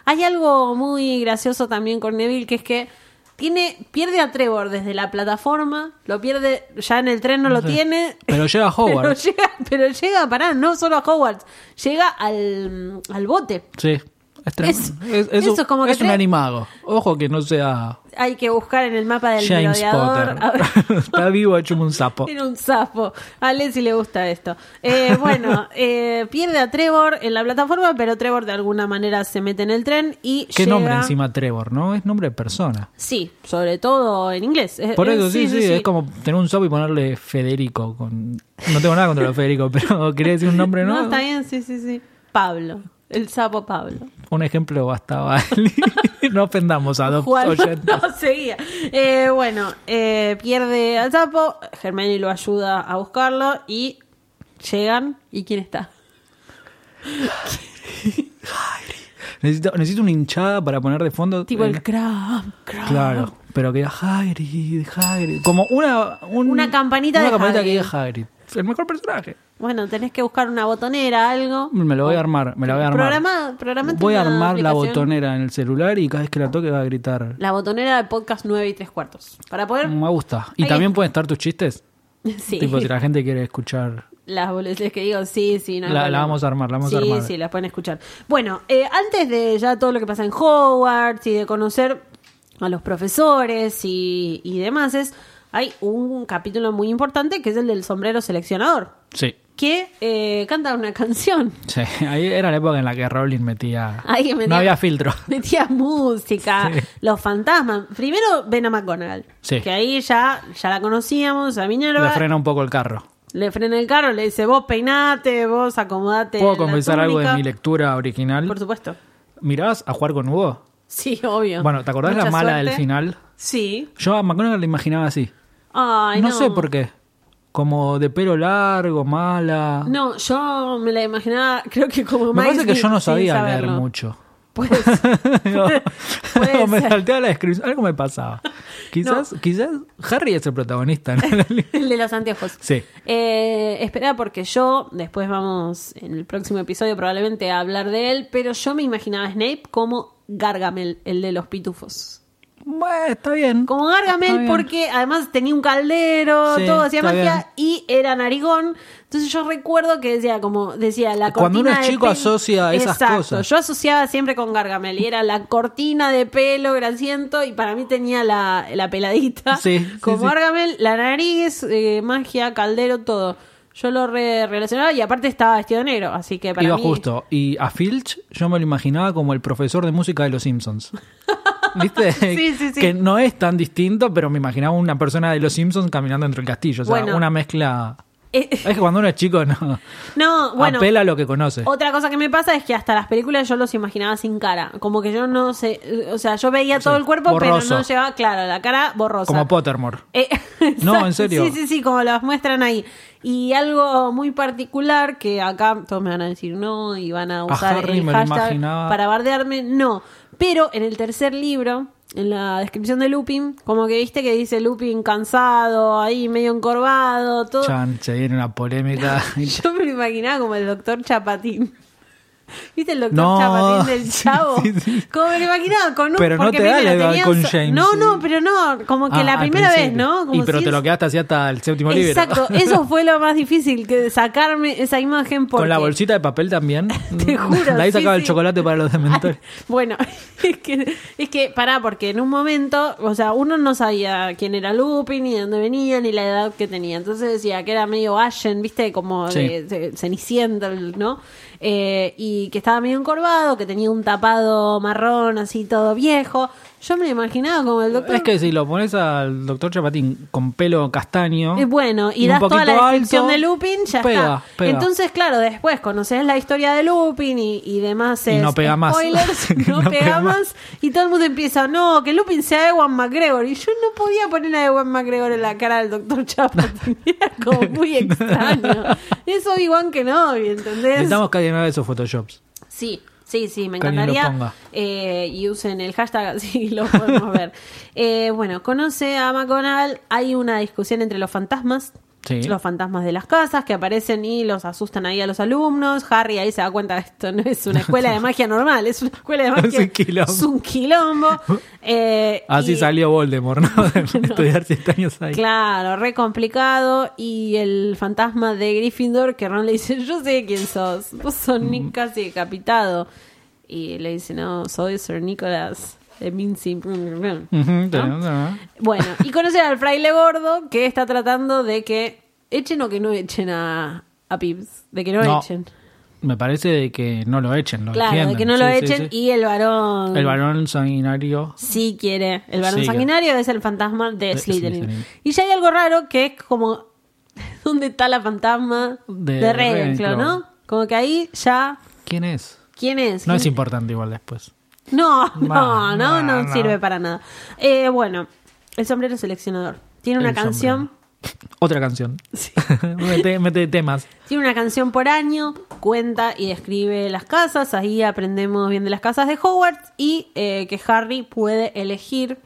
Speaker 2: Hay algo muy gracioso también con Neville, que es que tiene, pierde a Trevor desde la plataforma, lo pierde, ya en el tren no lo tiene.
Speaker 1: Pero
Speaker 2: [LAUGHS]
Speaker 1: llega a
Speaker 2: Pero
Speaker 1: Hogwarts.
Speaker 2: llega, pero llega, pará, no solo a Hogwarts, llega al, al bote.
Speaker 1: Sí. Es, tremendo. Es- es
Speaker 2: eso
Speaker 1: un-
Speaker 2: es como que
Speaker 1: es un
Speaker 2: te-
Speaker 1: animago. Ojo que no sea
Speaker 2: Hay que buscar en el mapa del
Speaker 1: James
Speaker 2: merodeador.
Speaker 1: Potter.
Speaker 2: a ver.
Speaker 1: [LAUGHS] Está vivo hecho un
Speaker 2: [LAUGHS]
Speaker 1: sapo.
Speaker 2: Tiene un sapo. A Leslie le gusta esto.
Speaker 1: [LAUGHS]
Speaker 2: Eh, bueno, eh, pierde a Trevor en la plataforma, pero Trevor de alguna manera se mete en el tren y
Speaker 1: Qué
Speaker 2: llega-
Speaker 1: nombre encima Trevor, ¿no? Es nombre de persona.
Speaker 2: Sí, sobre todo en inglés. Eh,
Speaker 1: Por
Speaker 2: eh,
Speaker 1: eso, sí, sí, es como tener un sapo y ponerle Federico. Con... No tengo nada contra los Federico, [LAUGHS] pero quería decir un nombre,
Speaker 2: No,
Speaker 1: ¿no?
Speaker 2: está bien, sí, sí, sí. Pablo. El sapo Pablo.
Speaker 1: Un ejemplo bastaba. [LAUGHS] no ofendamos a dos
Speaker 2: Juan
Speaker 1: oyentes.
Speaker 2: [LAUGHS] no seguía. Eh, bueno, eh, pierde al sapo, Germani lo ayuda a buscarlo y llegan. ¿Y quién está?
Speaker 1: Necesito, necesito una hinchada para poner de fondo.
Speaker 2: Tipo
Speaker 1: eh,
Speaker 2: el cram, cram.
Speaker 1: Claro, pero que diga Hagrid, Hagrid. Como una... un-
Speaker 2: Una campanita
Speaker 1: una
Speaker 2: de
Speaker 1: campanita que
Speaker 2: Hagrid.
Speaker 1: diga Hagrid. El mejor personaje.
Speaker 2: Bueno, tenés que buscar una botonera, algo.
Speaker 1: Me lo voy a armar, me la voy a armar.
Speaker 2: Programa, programate
Speaker 1: voy a
Speaker 2: una
Speaker 1: armar la
Speaker 2: aplicación.
Speaker 1: botonera en el celular y cada vez que la toque va a gritar.
Speaker 2: La botonera de podcast 9 y 3 cuartos. Para poder.
Speaker 1: Me gusta. Y
Speaker 2: Ahí
Speaker 1: también pueden estar tus chistes.
Speaker 2: [LAUGHS] Sí.
Speaker 1: Tipo, si la gente quiere escuchar.
Speaker 2: Las boludeces que digo, sí, sí. No hay
Speaker 1: La- la
Speaker 2: problema.
Speaker 1: vamos a armar, la vamos a
Speaker 2: Sí,
Speaker 1: armar.
Speaker 2: sí, las pueden escuchar. Bueno, eh, antes de ya todo lo que pasa en Hogwarts y de conocer a los profesores y, y demás, es, hay un capítulo muy importante que es el del sombrero seleccionador,
Speaker 1: Sí.
Speaker 2: que eh, canta una canción.
Speaker 1: Sí, [LAUGHS] ahí era la época en la que Rowling metía.
Speaker 2: Ahí metía-
Speaker 1: No había
Speaker 2: [LAUGHS]
Speaker 1: filtro.
Speaker 2: Metía música,
Speaker 1: Sí.
Speaker 2: los fantasmas. Primero ven a McGonagall,
Speaker 1: Sí.
Speaker 2: que ahí ya, ya la conocíamos, a Minerva.
Speaker 1: Le frena un poco el carro.
Speaker 2: Le frena el carro, le dice, vos peinate, vos acomodate.
Speaker 1: ¿Puedo
Speaker 2: la
Speaker 1: confesar algo de
Speaker 2: túnica".
Speaker 1: mi lectura original?
Speaker 2: Por supuesto.
Speaker 1: ¿Mirabas a jugar con Hugo?
Speaker 2: Sí, obvio.
Speaker 1: Bueno, ¿te acordás la
Speaker 2: Mucha
Speaker 1: mala
Speaker 2: suerte.
Speaker 1: del final?
Speaker 2: Sí.
Speaker 1: Yo a McGonagall la imaginaba así.
Speaker 2: Ay, no.
Speaker 1: no, sé por qué. Como de pelo largo, mala.
Speaker 2: No, yo me la imaginaba, creo que como
Speaker 1: Me parece
Speaker 2: Mike
Speaker 1: que
Speaker 2: Smith,
Speaker 1: yo no
Speaker 2: sin
Speaker 1: sabía leer
Speaker 2: saberlo. [LAUGHS]
Speaker 1: mucho.
Speaker 2: Pues,
Speaker 1: [LAUGHS] No. [LAUGHS]
Speaker 2: puede
Speaker 1: me
Speaker 2: ser.
Speaker 1: salteaba la descripción. Algo me
Speaker 2: [LAUGHS]
Speaker 1: pasaba. Quizás, quizás Harry es el protagonista. ¿no?
Speaker 2: el de los anteojos.
Speaker 1: sí.
Speaker 2: Eh, espera, porque yo, después vamos en el próximo episodio probablemente a hablar de él, pero yo me imaginaba a Snape como Gargamel, el de los pitufos.
Speaker 1: Bueno, está bien.
Speaker 2: Como
Speaker 1: Está
Speaker 2: Gargamel,
Speaker 1: bien.
Speaker 2: porque además tenía un caldero,
Speaker 1: Sí,
Speaker 2: todo hacía
Speaker 1: está
Speaker 2: magia y era narigón. Entonces yo recuerdo que decía, como decía, la cortina.
Speaker 1: Cuando uno es
Speaker 2: de
Speaker 1: chico
Speaker 2: pelo-
Speaker 1: asocia esas
Speaker 2: Exacto,
Speaker 1: cosas.
Speaker 2: Yo asociaba siempre con Gargamel y era la cortina de pelo grasiento y para mí tenía la, la peladita.
Speaker 1: Sí, sí,
Speaker 2: [LAUGHS] como
Speaker 1: sí.
Speaker 2: Gargamel, la nariz, eh, magia, caldero, todo. Yo lo re- relacionaba y aparte estaba vestido de negro, así que para
Speaker 1: Iba
Speaker 2: mí.
Speaker 1: justo. Y a Filch yo me lo imaginaba como el profesor de música de los
Speaker 2: [LAUGHS]
Speaker 1: Simpsons. ¿Viste?
Speaker 2: Sí, sí, sí.
Speaker 1: Que no es tan distinto, pero me imaginaba una persona de los Simpsons caminando dentro del castillo. O sea,
Speaker 2: Bueno.
Speaker 1: una mezcla.
Speaker 2: Eh, [LAUGHS]
Speaker 1: Es que cuando uno es chico no
Speaker 2: no, bueno.
Speaker 1: apela a lo que conoce.
Speaker 2: Otra cosa que me pasa es que hasta las películas yo los imaginaba sin cara. Como que yo no sé. O sea, yo veía todo el cuerpo,
Speaker 1: borroso.
Speaker 2: pero no llevaba, claro, la cara borrosa.
Speaker 1: Como Pottermore.
Speaker 2: Eh, [LAUGHS]
Speaker 1: No, en serio.
Speaker 2: Sí, sí, sí, como las muestran ahí. Y algo muy particular que acá todos me van a decir no y van a usar
Speaker 1: Harry
Speaker 2: el
Speaker 1: me lo
Speaker 2: hashtag
Speaker 1: imaginaba.
Speaker 2: para bardearme. No. Pero en el tercer libro, en la descripción de Lupin, como que viste que dice Lupin cansado, ahí medio encorvado, todo.
Speaker 1: Chan, se viene una polémica.
Speaker 2: Yo me lo imaginaba como el doctor Chapatín. ¿Viste el doctor
Speaker 1: No.
Speaker 2: Chapatín del chavo?
Speaker 1: [LAUGHS] Sí, sí.
Speaker 2: Como me lo imaginaba con un.
Speaker 1: Pero no
Speaker 2: porque
Speaker 1: te da
Speaker 2: primero
Speaker 1: la edad
Speaker 2: tenía
Speaker 1: con
Speaker 2: so-
Speaker 1: James.
Speaker 2: No, no, pero no. Como que
Speaker 1: Ah,
Speaker 2: la
Speaker 1: al
Speaker 2: primera vez,
Speaker 1: principio.
Speaker 2: ¿no? Como
Speaker 1: y pero
Speaker 2: si
Speaker 1: te
Speaker 2: es-
Speaker 1: lo quedaste así hasta el séptimo libro.
Speaker 2: Exacto, eso fue lo más difícil, que sacarme esa imagen
Speaker 1: [LAUGHS]
Speaker 2: porque...
Speaker 1: Con la bolsita de papel también.
Speaker 2: [LAUGHS] Te juro,
Speaker 1: De ahí
Speaker 2: sí,
Speaker 1: sacaba el
Speaker 2: sí.
Speaker 1: chocolate para los dementores.
Speaker 2: [LAUGHS] Ay, bueno, es que, es que, pará, porque en un momento, o sea, uno no sabía quién era Lupin, ni de dónde venía, ni la edad que tenía. Entonces decía que era medio Ashen, viste, como
Speaker 1: Sí.
Speaker 2: de, de Cenicienta, ¿no? Eh, y que estaba medio encorvado, que tenía un tapado marrón, así todo viejo. Yo me lo imaginaba como el doctor.
Speaker 1: Es que si lo pones al doctor Chapatín con pelo castaño.
Speaker 2: Eh, bueno, y,
Speaker 1: un
Speaker 2: das toda
Speaker 1: poquito
Speaker 2: la descripción
Speaker 1: alto,
Speaker 2: de Lupin, ya
Speaker 1: pega,
Speaker 2: está.
Speaker 1: pega.
Speaker 2: Entonces, claro, después conoces la historia de Lupin y, y demás
Speaker 1: Y no pega más. [LAUGHS]
Speaker 2: spoilers, no,
Speaker 1: No
Speaker 2: pega,
Speaker 1: pega
Speaker 2: más.
Speaker 1: más.
Speaker 2: Y todo el mundo empieza, no, que Lupin sea Ewan McGregor. Y yo no podía poner a Ewan McGregor en la cara del doctor Chapatin. [LAUGHS] Era como
Speaker 1: [LAUGHS]
Speaker 2: muy extraño. Eso igual que no, ¿entendés?
Speaker 1: Necesitamos que alguien haga esos photoshops.
Speaker 2: Sí, sí, sí, me
Speaker 1: Que alguien lo
Speaker 2: encantaría.
Speaker 1: ponga.
Speaker 2: Eh, y usen el hashtag, [LAUGHS] así lo podemos ver. Eh, bueno, conoce a McGonagall. Hay una discusión entre los fantasmas.
Speaker 1: Sí.
Speaker 2: Los fantasmas de las casas que aparecen y los asustan ahí a los alumnos. Harry ahí se da cuenta que esto no es una escuela
Speaker 1: [LAUGHS]
Speaker 2: de magia normal, es una escuela de
Speaker 1: Es
Speaker 2: magia.
Speaker 1: un quilombo.
Speaker 2: Es
Speaker 1: [LAUGHS]
Speaker 2: un quilombo. Eh,
Speaker 1: Así
Speaker 2: y-
Speaker 1: salió Voldemort,
Speaker 2: [LAUGHS]
Speaker 1: ¿no? De estudiar siete años ahí.
Speaker 2: Claro, re complicado. Y el fantasma
Speaker 1: Mm.
Speaker 2: de Gryffindor, que Ron le dice, yo sé quién sos. Vos sos Nick casi decapitado. Y le dice, no, soy Sir Nicholas de Mincy.
Speaker 1: Ujú,
Speaker 2: ¿No?
Speaker 1: ¿no?
Speaker 2: Bueno, y conocer al fraile gordo que está tratando de que echen o que no echen a, a Pips. De que no,
Speaker 1: No.
Speaker 2: echen.
Speaker 1: Me parece de que no lo echen, lo
Speaker 2: Claro, de
Speaker 1: defiendan.
Speaker 2: que no lo
Speaker 1: Sí, sí,
Speaker 2: echen.
Speaker 1: sí.
Speaker 2: Y el varón.
Speaker 1: El varón sanguinario.
Speaker 2: Sí quiere. El varón
Speaker 1: Sí,
Speaker 2: sanguinario es el fantasma de,
Speaker 1: de
Speaker 2: Slytherin.
Speaker 1: Slytherin.
Speaker 2: Y ya hay algo raro que es como... [LAUGHS] ¿Dónde está la fantasma de,
Speaker 1: De
Speaker 2: Ravenclaw,
Speaker 1: Ravenclaw.
Speaker 2: no? Como que ahí ya...
Speaker 1: ¿Quién es?
Speaker 2: ¿Quién es?
Speaker 1: No es
Speaker 2: ¿Quién-
Speaker 1: importante igual después.
Speaker 2: no, [LAUGHS] no,
Speaker 1: Bah,
Speaker 2: no, no,
Speaker 1: nah, nah.
Speaker 2: sirve para nada. Eh, bueno, el sombrero seleccionador. Tiene una
Speaker 1: El
Speaker 2: canción...
Speaker 1: sombrero. Otra canción. [LAUGHS] mete, mete temas.
Speaker 2: Tiene una canción por año, cuenta y describe las casas, ahí aprendemos bien de las casas de Hogwarts y eh, que Harry puede elegir,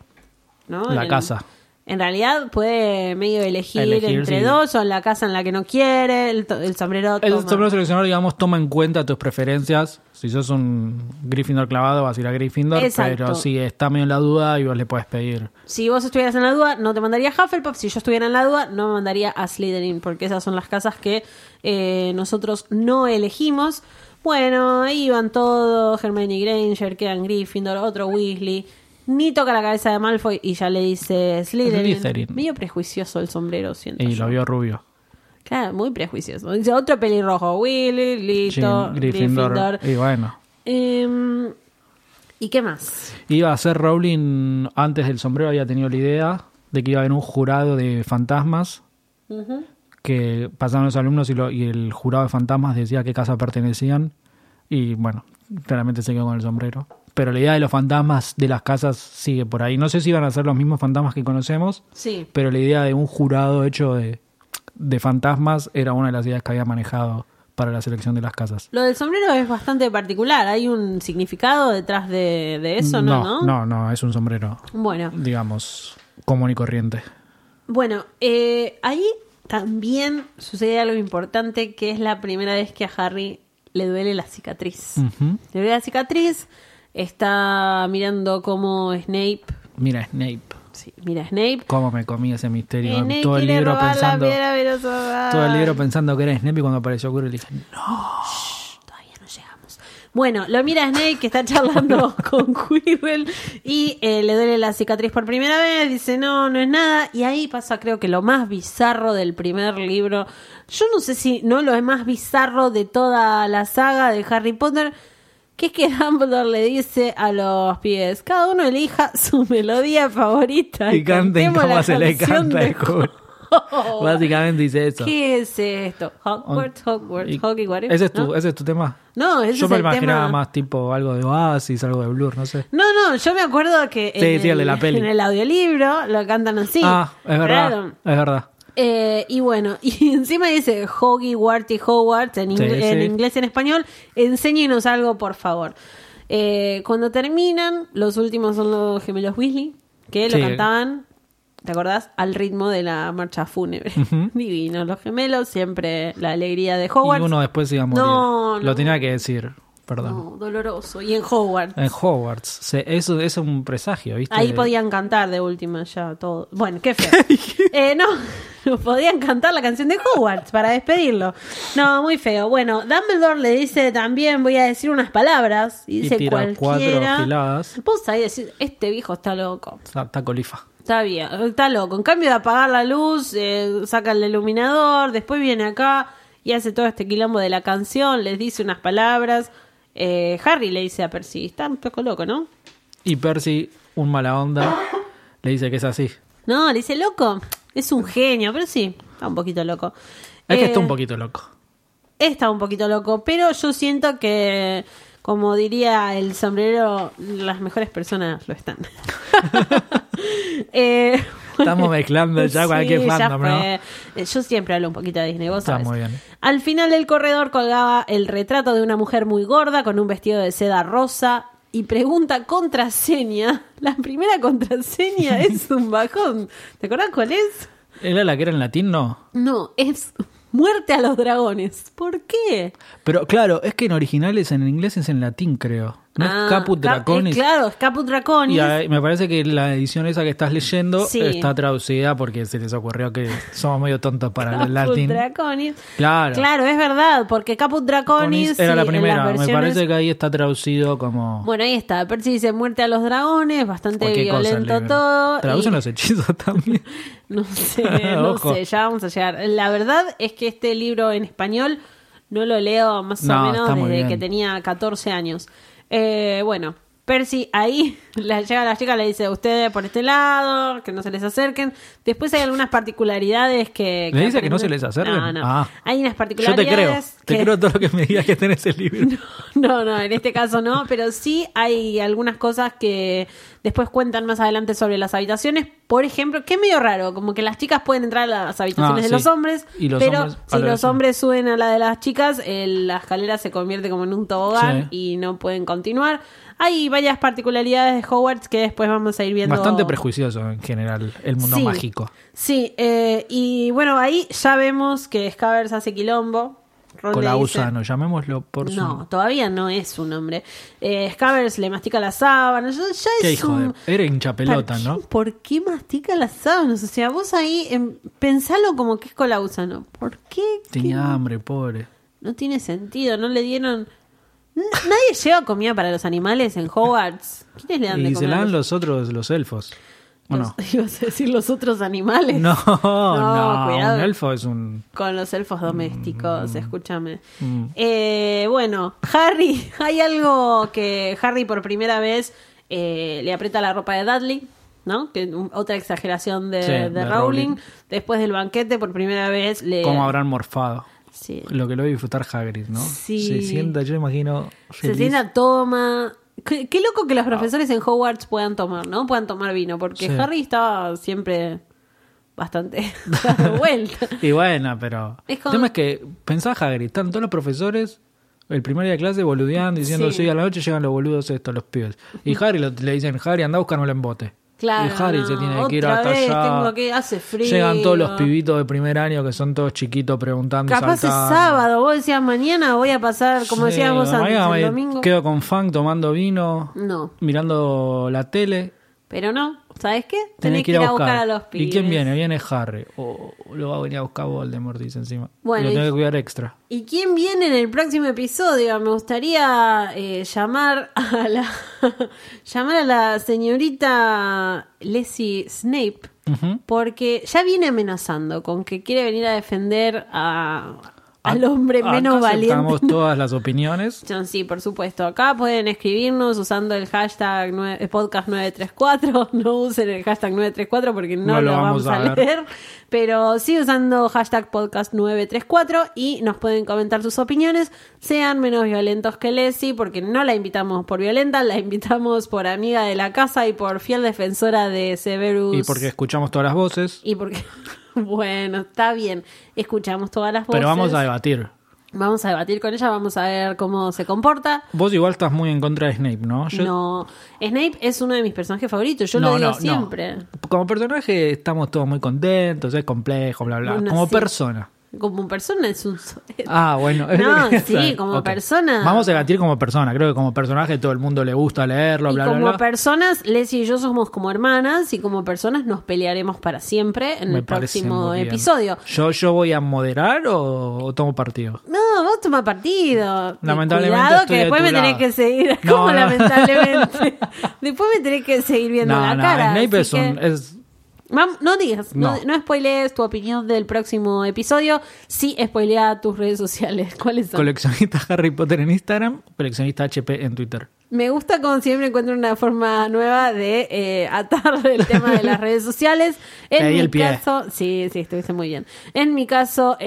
Speaker 2: ¿no?
Speaker 1: La
Speaker 2: En-
Speaker 1: casa.
Speaker 2: En realidad puede medio elegir,
Speaker 1: Elegir,
Speaker 2: entre
Speaker 1: sí.
Speaker 2: dos o en la casa en la que no quiere, el, to- el sombrero.
Speaker 1: El
Speaker 2: toma.
Speaker 1: sombrero seleccionador, digamos, toma en cuenta tus preferencias. Si sos un Gryffindor clavado, vas a ir a Gryffindor.
Speaker 2: Exacto.
Speaker 1: Pero si está medio en la duda, y vos le puedes pedir.
Speaker 2: Si vos estuvieras en la duda, no te mandaría a Hufflepuff. Si yo estuviera en la duda, no me mandaría a Slytherin, porque esas son las casas que eh, nosotros no elegimos. Bueno, ahí van todos, Hermione Granger, quedan Gryffindor, otro Weasley. Ni toca la cabeza de Malfoy y ya le dice Slytherin.
Speaker 1: Slytherin.
Speaker 2: Medio prejuicioso el sombrero, siento.
Speaker 1: Y
Speaker 2: yo.
Speaker 1: lo vio rubio.
Speaker 2: Claro, muy prejuicioso. Dice otro pelirrojo, Weasley, listo,
Speaker 1: Jim
Speaker 2: Gryffindor.
Speaker 1: Y bueno.
Speaker 2: Em, ¿Y qué más?
Speaker 1: Iba a ser Rowling, antes del sombrero había tenido la idea de que iba a haber un jurado de fantasmas. Que pasaban los alumnos y, lo- y el jurado de fantasmas decía a qué casa pertenecían. Y bueno, claramente se quedó con el sombrero. Pero la idea de los fantasmas de las casas sigue por ahí. No sé si van a ser los mismos fantasmas que conocemos,
Speaker 2: Sí.
Speaker 1: pero la idea de un jurado hecho de, de fantasmas era una de las ideas que había manejado para la selección de las casas.
Speaker 2: Lo del sombrero es bastante particular. ¿Hay un significado detrás de, de eso, no? No,
Speaker 1: no, no, es un sombrero.
Speaker 2: Bueno,
Speaker 1: digamos, común y corriente.
Speaker 2: bueno eh, ahí también sucede algo importante que es la primera vez que a Harry le duele la cicatriz.
Speaker 1: Mm.
Speaker 2: Le duele la cicatriz, está mirando cómo Snape...
Speaker 1: Mira, Snape,
Speaker 2: Sí, mira Snape.
Speaker 1: cómo me comí ese misterio.
Speaker 2: Snape
Speaker 1: todo el
Speaker 2: quiere
Speaker 1: libro
Speaker 2: robar la
Speaker 1: pensando,
Speaker 2: piedra filosofal.
Speaker 1: todo el libro pensando que era Snape y cuando apareció Quirrell dije, no.
Speaker 2: Todavía no llegamos. Bueno, lo mira Snape que
Speaker 1: [LAUGHS]
Speaker 2: está charlando con Quirrell y eh, le duele la cicatriz por primera vez. Dice, no, no es nada. Y ahí pasa, creo que lo más bizarro del primer libro. Yo no sé si no lo es más bizarro de toda la saga de Harry Potter. Que es que Dumbledore le dice a los pies, cada uno elija su melodía favorita.
Speaker 1: Y canten
Speaker 2: cantemos
Speaker 1: como
Speaker 2: la
Speaker 1: se le
Speaker 2: canción
Speaker 1: canta
Speaker 2: de
Speaker 1: el
Speaker 2: [LAUGHS]
Speaker 1: culo.
Speaker 2: Hogwarts.
Speaker 1: Básicamente dice eso.
Speaker 2: ¿Qué es esto? Hogwarts, Hogwarts,
Speaker 1: Y-
Speaker 2: Hogwarts.
Speaker 1: ese, es
Speaker 2: ¿no?
Speaker 1: tu, ese es tu tema.
Speaker 2: No, ese
Speaker 1: Yo
Speaker 2: es
Speaker 1: me
Speaker 2: el
Speaker 1: imaginaba
Speaker 2: tema.
Speaker 1: más tipo algo de Oasis, algo de Blur, no sé.
Speaker 2: No, no, yo me acuerdo que
Speaker 1: Sí,
Speaker 2: en,
Speaker 1: sí, el de la peli.
Speaker 2: en el audiolibro lo cantan así.
Speaker 1: ah, es verdad.
Speaker 2: Claro.
Speaker 1: Es verdad.
Speaker 2: Eh, y bueno, [LAUGHS] y encima dice Hoggy, Warty, Hogwarts en,
Speaker 1: Sí,
Speaker 2: ingl- en
Speaker 1: sí.
Speaker 2: inglés y en español. Enséñenos algo, por favor. Eh, cuando terminan, los últimos son los gemelos Weasley, que
Speaker 1: Sí.
Speaker 2: lo cantaban, ¿te acordás? Al ritmo de la marcha fúnebre.
Speaker 1: Ujú.
Speaker 2: [LAUGHS] Divino, los gemelos, siempre la alegría de
Speaker 1: Y
Speaker 2: Hogwarts.
Speaker 1: uno después se iba a morir.
Speaker 2: No, no.
Speaker 1: Lo tenía que decir, perdón.
Speaker 2: No, doloroso. Y en Hogwarts.
Speaker 1: En Hogwarts. se- eso es un presagio, ¿viste?
Speaker 2: Ahí podían cantar de última ya todo. Bueno, qué [LAUGHS] feo. Eh, no, no podían cantar la canción de Hogwarts para despedirlo. No, muy feo. Bueno, Dumbledore le dice también, voy a decir unas palabras. Y
Speaker 1: Y
Speaker 2: dice
Speaker 1: tira cuatro
Speaker 2: cualquiera.
Speaker 1: giladas.
Speaker 2: Vos sabés decir, este viejo está loco.
Speaker 1: Está, está colifa.
Speaker 2: Está bien, está loco. En cambio de apagar la luz, eh, saca el iluminador, después viene acá y hace todo este quilombo de la canción, les dice unas palabras. Eh, Harry le dice a Percy, está un poco loco, ¿no?
Speaker 1: Y Percy, un mala onda, le dice que es así.
Speaker 2: No, le dice loco. Es un genio, pero sí, está un poquito loco.
Speaker 1: Es que
Speaker 2: Eh,
Speaker 1: está un poquito loco.
Speaker 2: Está un poquito loco, pero yo siento que, como diría el sombrero, las mejores personas
Speaker 1: [LAUGHS]
Speaker 2: lo están. Eh,
Speaker 1: Estamos mezclando ya cualquier
Speaker 2: [LAUGHS] sí, ya
Speaker 1: fandom, ¿no?
Speaker 2: fue. Eh, Yo siempre hablo un poquito de Disney, vos
Speaker 1: Está
Speaker 2: sabés.
Speaker 1: muy bien.
Speaker 2: Al final del corredor colgaba el retrato de una mujer muy gorda con un vestido de seda rosa y pregunta contraseña. [LAUGHS] La primera
Speaker 1: [LAUGHS]
Speaker 2: contraseña es un bajón. ¿Te acordás cuál es?
Speaker 1: ¿Era la que era en latín? No.
Speaker 2: No, es muerte a los dragones. ¿Por qué?
Speaker 1: Pero claro, es que en originales en inglés es en latín, creo. No
Speaker 2: Ah,
Speaker 1: es Caput
Speaker 2: Cap-
Speaker 1: Draconis.
Speaker 2: eh, claro, es Caput Draconis.
Speaker 1: Y ahí- me parece que la edición esa que estás leyendo
Speaker 2: Sí.
Speaker 1: está traducida porque se les ocurrió que somos medio tontos para el
Speaker 2: Caput
Speaker 1: latín.
Speaker 2: Draconis.
Speaker 1: Claro.
Speaker 2: Claro, es verdad, porque Caput Draconis
Speaker 1: Draconis era
Speaker 2: sí,
Speaker 1: la
Speaker 2: en las
Speaker 1: primera. Me
Speaker 2: versiones-
Speaker 1: parece que ahí está traducido como.
Speaker 2: Bueno, ahí está. Percy dice muerte a los dragones, bastante
Speaker 1: cualquier cosa el
Speaker 2: violento
Speaker 1: libro.
Speaker 2: todo.
Speaker 1: Traducen
Speaker 2: y-
Speaker 1: los hechizos también.
Speaker 2: [LAUGHS]
Speaker 1: [LAUGHS]
Speaker 2: No sé, no
Speaker 1: Ojo.
Speaker 2: sé, ya vamos a llegar. La verdad es que este libro en español no lo leo más
Speaker 1: No,
Speaker 2: o menos
Speaker 1: está muy
Speaker 2: desde
Speaker 1: bien.
Speaker 2: que tenía 14 años. Eh, bueno, Percy ahí [LAUGHS] la llega la chica, le dice, ustedes por este lado, que no se les acerquen. Después hay algunas particularidades que...
Speaker 1: ¿Le dice que no
Speaker 2: aprenden-
Speaker 1: se les acerquen?
Speaker 2: No, no.
Speaker 1: Ah.
Speaker 2: Hay unas
Speaker 1: Yo te creo.
Speaker 2: particularidades
Speaker 1: Te
Speaker 2: que-
Speaker 1: creo todo lo que me digas que tenés el libro.
Speaker 2: [LAUGHS] no, no, en este caso no, pero sí hay algunas cosas que después cuentan más adelante sobre las habitaciones. Por ejemplo, que es medio raro, como que las chicas pueden entrar a las habitaciones
Speaker 1: Ah,
Speaker 2: de
Speaker 1: sí.
Speaker 2: los hombres,
Speaker 1: Y los
Speaker 2: pero
Speaker 1: hombres a
Speaker 2: si
Speaker 1: la de
Speaker 2: los
Speaker 1: las-
Speaker 2: hombres suben a la de las chicas, el- la escalera se convierte como en un tobogán y no pueden continuar. Hay varias particularidades de Hogwarts que después vamos a ir viendo.
Speaker 1: Bastante prejuicioso en general el mundo
Speaker 2: Sí.
Speaker 1: mágico.
Speaker 2: Sí, eh, y bueno, ahí ya vemos que Scabbers hace quilombo. Ron
Speaker 1: Con
Speaker 2: le
Speaker 1: la
Speaker 2: dice-
Speaker 1: gusano, llamémoslo por su.
Speaker 2: no, todavía no es un hombre. Eh, Scabbers le mastica la sábana. Ya, ya
Speaker 1: Qué
Speaker 2: es
Speaker 1: hijo
Speaker 2: un...
Speaker 1: de. Era hincha pelota,
Speaker 2: ¿Para qué-
Speaker 1: ¿no?
Speaker 2: ¿Por qué mastica las sábanas? O sea, vos ahí em, pensalo como que es cola gusano. ¿Por qué?
Speaker 1: Tenía hambre, pobre.
Speaker 2: No tiene sentido. No le dieron. N- Nadie lleva comida para los animales en Hogwarts. ¿Quiénes le dan
Speaker 1: Y
Speaker 2: de
Speaker 1: se
Speaker 2: comer?
Speaker 1: la dan los otros, los elfos. ¿O no?
Speaker 2: los- [LAUGHS] Ibas a decir los otros animales. [LAUGHS]
Speaker 1: No,
Speaker 2: No,
Speaker 1: no,
Speaker 2: cuidado.
Speaker 1: un elfo es un...
Speaker 2: Con los elfos
Speaker 1: Mm.
Speaker 2: domésticos, escúchame. Eh, bueno, Harry, [LAUGHS] hay algo que Harry por primera vez eh, le aprieta la ropa de Dudley, ¿no? Que un- otra exageración de,
Speaker 1: Sí,
Speaker 2: de
Speaker 1: de
Speaker 2: Rowling.
Speaker 1: Rowling.
Speaker 2: Después del banquete, por primera vez le.
Speaker 1: ¿Cómo habrán morfado?
Speaker 2: Sí.
Speaker 1: Lo que lo voy a disfrutar Hagrid, ¿no?
Speaker 2: Sí.
Speaker 1: Se sienta, yo imagino...
Speaker 2: Se
Speaker 1: feliz.
Speaker 2: sienta, toma. Qué, qué loco que los profesores en Hogwarts puedan tomar, ¿no? Puedan tomar vino, porque
Speaker 1: Sí.
Speaker 2: Harry estaba siempre
Speaker 1: [LAUGHS]
Speaker 2: bastante [LAUGHS] dado vuelta.
Speaker 1: Y bueno, pero...
Speaker 2: Es como-
Speaker 1: El tema es que, pensá Hagrid, están todos los profesores el primer día de clase boludeando, diciendo,
Speaker 2: Sí.
Speaker 1: sí, a la noche llegan los boludos estos, los pibes. Y Harry lo- le dicen, Harry, anda a buscarme el embote.
Speaker 2: Claro,
Speaker 1: y Harry se
Speaker 2: no,
Speaker 1: tiene que ir
Speaker 2: otra
Speaker 1: hasta
Speaker 2: vez,
Speaker 1: allá.
Speaker 2: tengo que- hace frío.
Speaker 1: Llegan todos los pibitos de primer año que son todos chiquitos preguntando. y
Speaker 2: Capaz es
Speaker 1: saltando.
Speaker 2: sábado, vos decías mañana voy a pasar, como
Speaker 1: Sí,
Speaker 2: decías vos antes,
Speaker 1: mañana me
Speaker 2: el domingo.
Speaker 1: Quedo con Fang tomando vino,
Speaker 2: No,
Speaker 1: mirando la tele.
Speaker 2: pero no, ¿sabes qué?
Speaker 1: Tenés, que ir a buscar.
Speaker 2: a los pibes.
Speaker 1: ¿Y quién viene? Viene Harry. O lo va a venir a buscar Voldemort, dice encima.
Speaker 2: Bueno,
Speaker 1: lo
Speaker 2: y-
Speaker 1: tengo que cuidar extra.
Speaker 2: ¿Y quién viene en el próximo episodio? Me gustaría eh, llamar [LAUGHS] a la llamar a la señorita Leslie Snape
Speaker 1: Ujú.
Speaker 2: porque ya viene amenazando con que quiere venir a defender a, al
Speaker 1: Ac-
Speaker 2: hombre
Speaker 1: acá
Speaker 2: menos valiente.
Speaker 1: aceptamos todas las opiniones.
Speaker 2: John, sí, por supuesto. Acá pueden escribirnos usando el hashtag nue- eh, podcast 934. [LAUGHS] No usen el hashtag 934 porque no, lo, vamos, a,
Speaker 1: ver.
Speaker 2: leer. Pero sí usando hashtag podcast 934 y nos pueden comentar sus opiniones. Sean menos violentos que Leslie porque no la invitamos por violenta, la invitamos por amiga de la casa y por fiel defensora de Severus.
Speaker 1: Y porque escuchamos todas las voces.
Speaker 2: Y porque... [LAUGHS] Bueno, está bien. Escuchamos todas las voces.
Speaker 1: Pero vamos a debatir.
Speaker 2: Vamos a debatir con ella, vamos a ver cómo se comporta.
Speaker 1: Vos igual estás muy en contra de Snape, ¿no? Yo-
Speaker 2: No, Snape es uno de mis personajes favoritos, yo lo digo siempre.
Speaker 1: Como personaje estamos todos muy contentos, es complejo, bla, bla.
Speaker 2: Bueno,
Speaker 1: como
Speaker 2: sí.
Speaker 1: persona.
Speaker 2: Como persona es un... so-
Speaker 1: [LAUGHS] Ah, bueno. es lo
Speaker 2: No,
Speaker 1: que quería
Speaker 2: sí,
Speaker 1: saber.
Speaker 2: como
Speaker 1: Ok.
Speaker 2: persona.
Speaker 1: Vamos a debatir como persona. Creo que como personaje todo el mundo le gusta leerlo,
Speaker 2: Y
Speaker 1: bla,
Speaker 2: como
Speaker 1: bla, bla.
Speaker 2: personas, Leslie y yo somos como hermanas y como personas nos pelearemos para siempre en
Speaker 1: Me
Speaker 2: el
Speaker 1: parece
Speaker 2: próximo
Speaker 1: muy bien.
Speaker 2: episodio.
Speaker 1: ¿Yo, ¿Yo voy a moderar o, o tomo partido?
Speaker 2: No, vos toma partido. Y
Speaker 1: Lamentablemente
Speaker 2: Cuidado
Speaker 1: estoy
Speaker 2: que
Speaker 1: de
Speaker 2: después
Speaker 1: tu
Speaker 2: me tenés
Speaker 1: lado.
Speaker 2: que seguir. [LAUGHS]
Speaker 1: No,
Speaker 2: como
Speaker 1: no.
Speaker 2: lamentablemente?
Speaker 1: [LAUGHS]
Speaker 2: después me tenés que seguir viendo
Speaker 1: no,
Speaker 2: la
Speaker 1: no,
Speaker 2: cara. así
Speaker 1: Snape es un-
Speaker 2: que-
Speaker 1: es-
Speaker 2: Mam, no digas, no,
Speaker 1: No.
Speaker 2: no, spoilees tu opinión del próximo episodio. Sí, spoilea tus redes sociales. [LAUGHS] ¿Cuáles son?
Speaker 1: coleccionista Harry Potter en Instagram, coleccionista HP en Twitter.
Speaker 2: Me gusta como siempre encuentro una forma nueva de eh, atar [LAUGHS] el tema de las redes sociales. En
Speaker 1: Te di
Speaker 2: mi
Speaker 1: el pie.
Speaker 2: caso, sí, sí, estuviste muy bien. En mi caso,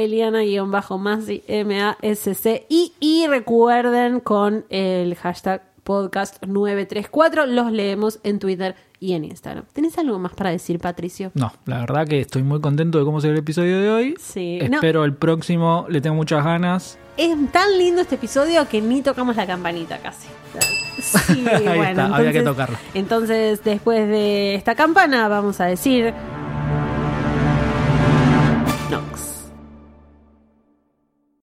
Speaker 2: Eliana-Masi, M-A-S-C-I. Y recuerden con el hashtag podcast 934, los leemos en Twitter y en Instagram. ¿Tenés algo más para decir, Patricio?
Speaker 1: No, la verdad que estoy muy contento de cómo se ve el episodio de hoy.
Speaker 2: Sí, no.
Speaker 1: Espero el próximo, le tengo muchas ganas.
Speaker 2: Es tan lindo este episodio que ni tocamos la campanita casi. Sí,
Speaker 1: [LAUGHS] Ahí está, había que tocarla.
Speaker 2: Entonces, después de esta campana, vamos a decir.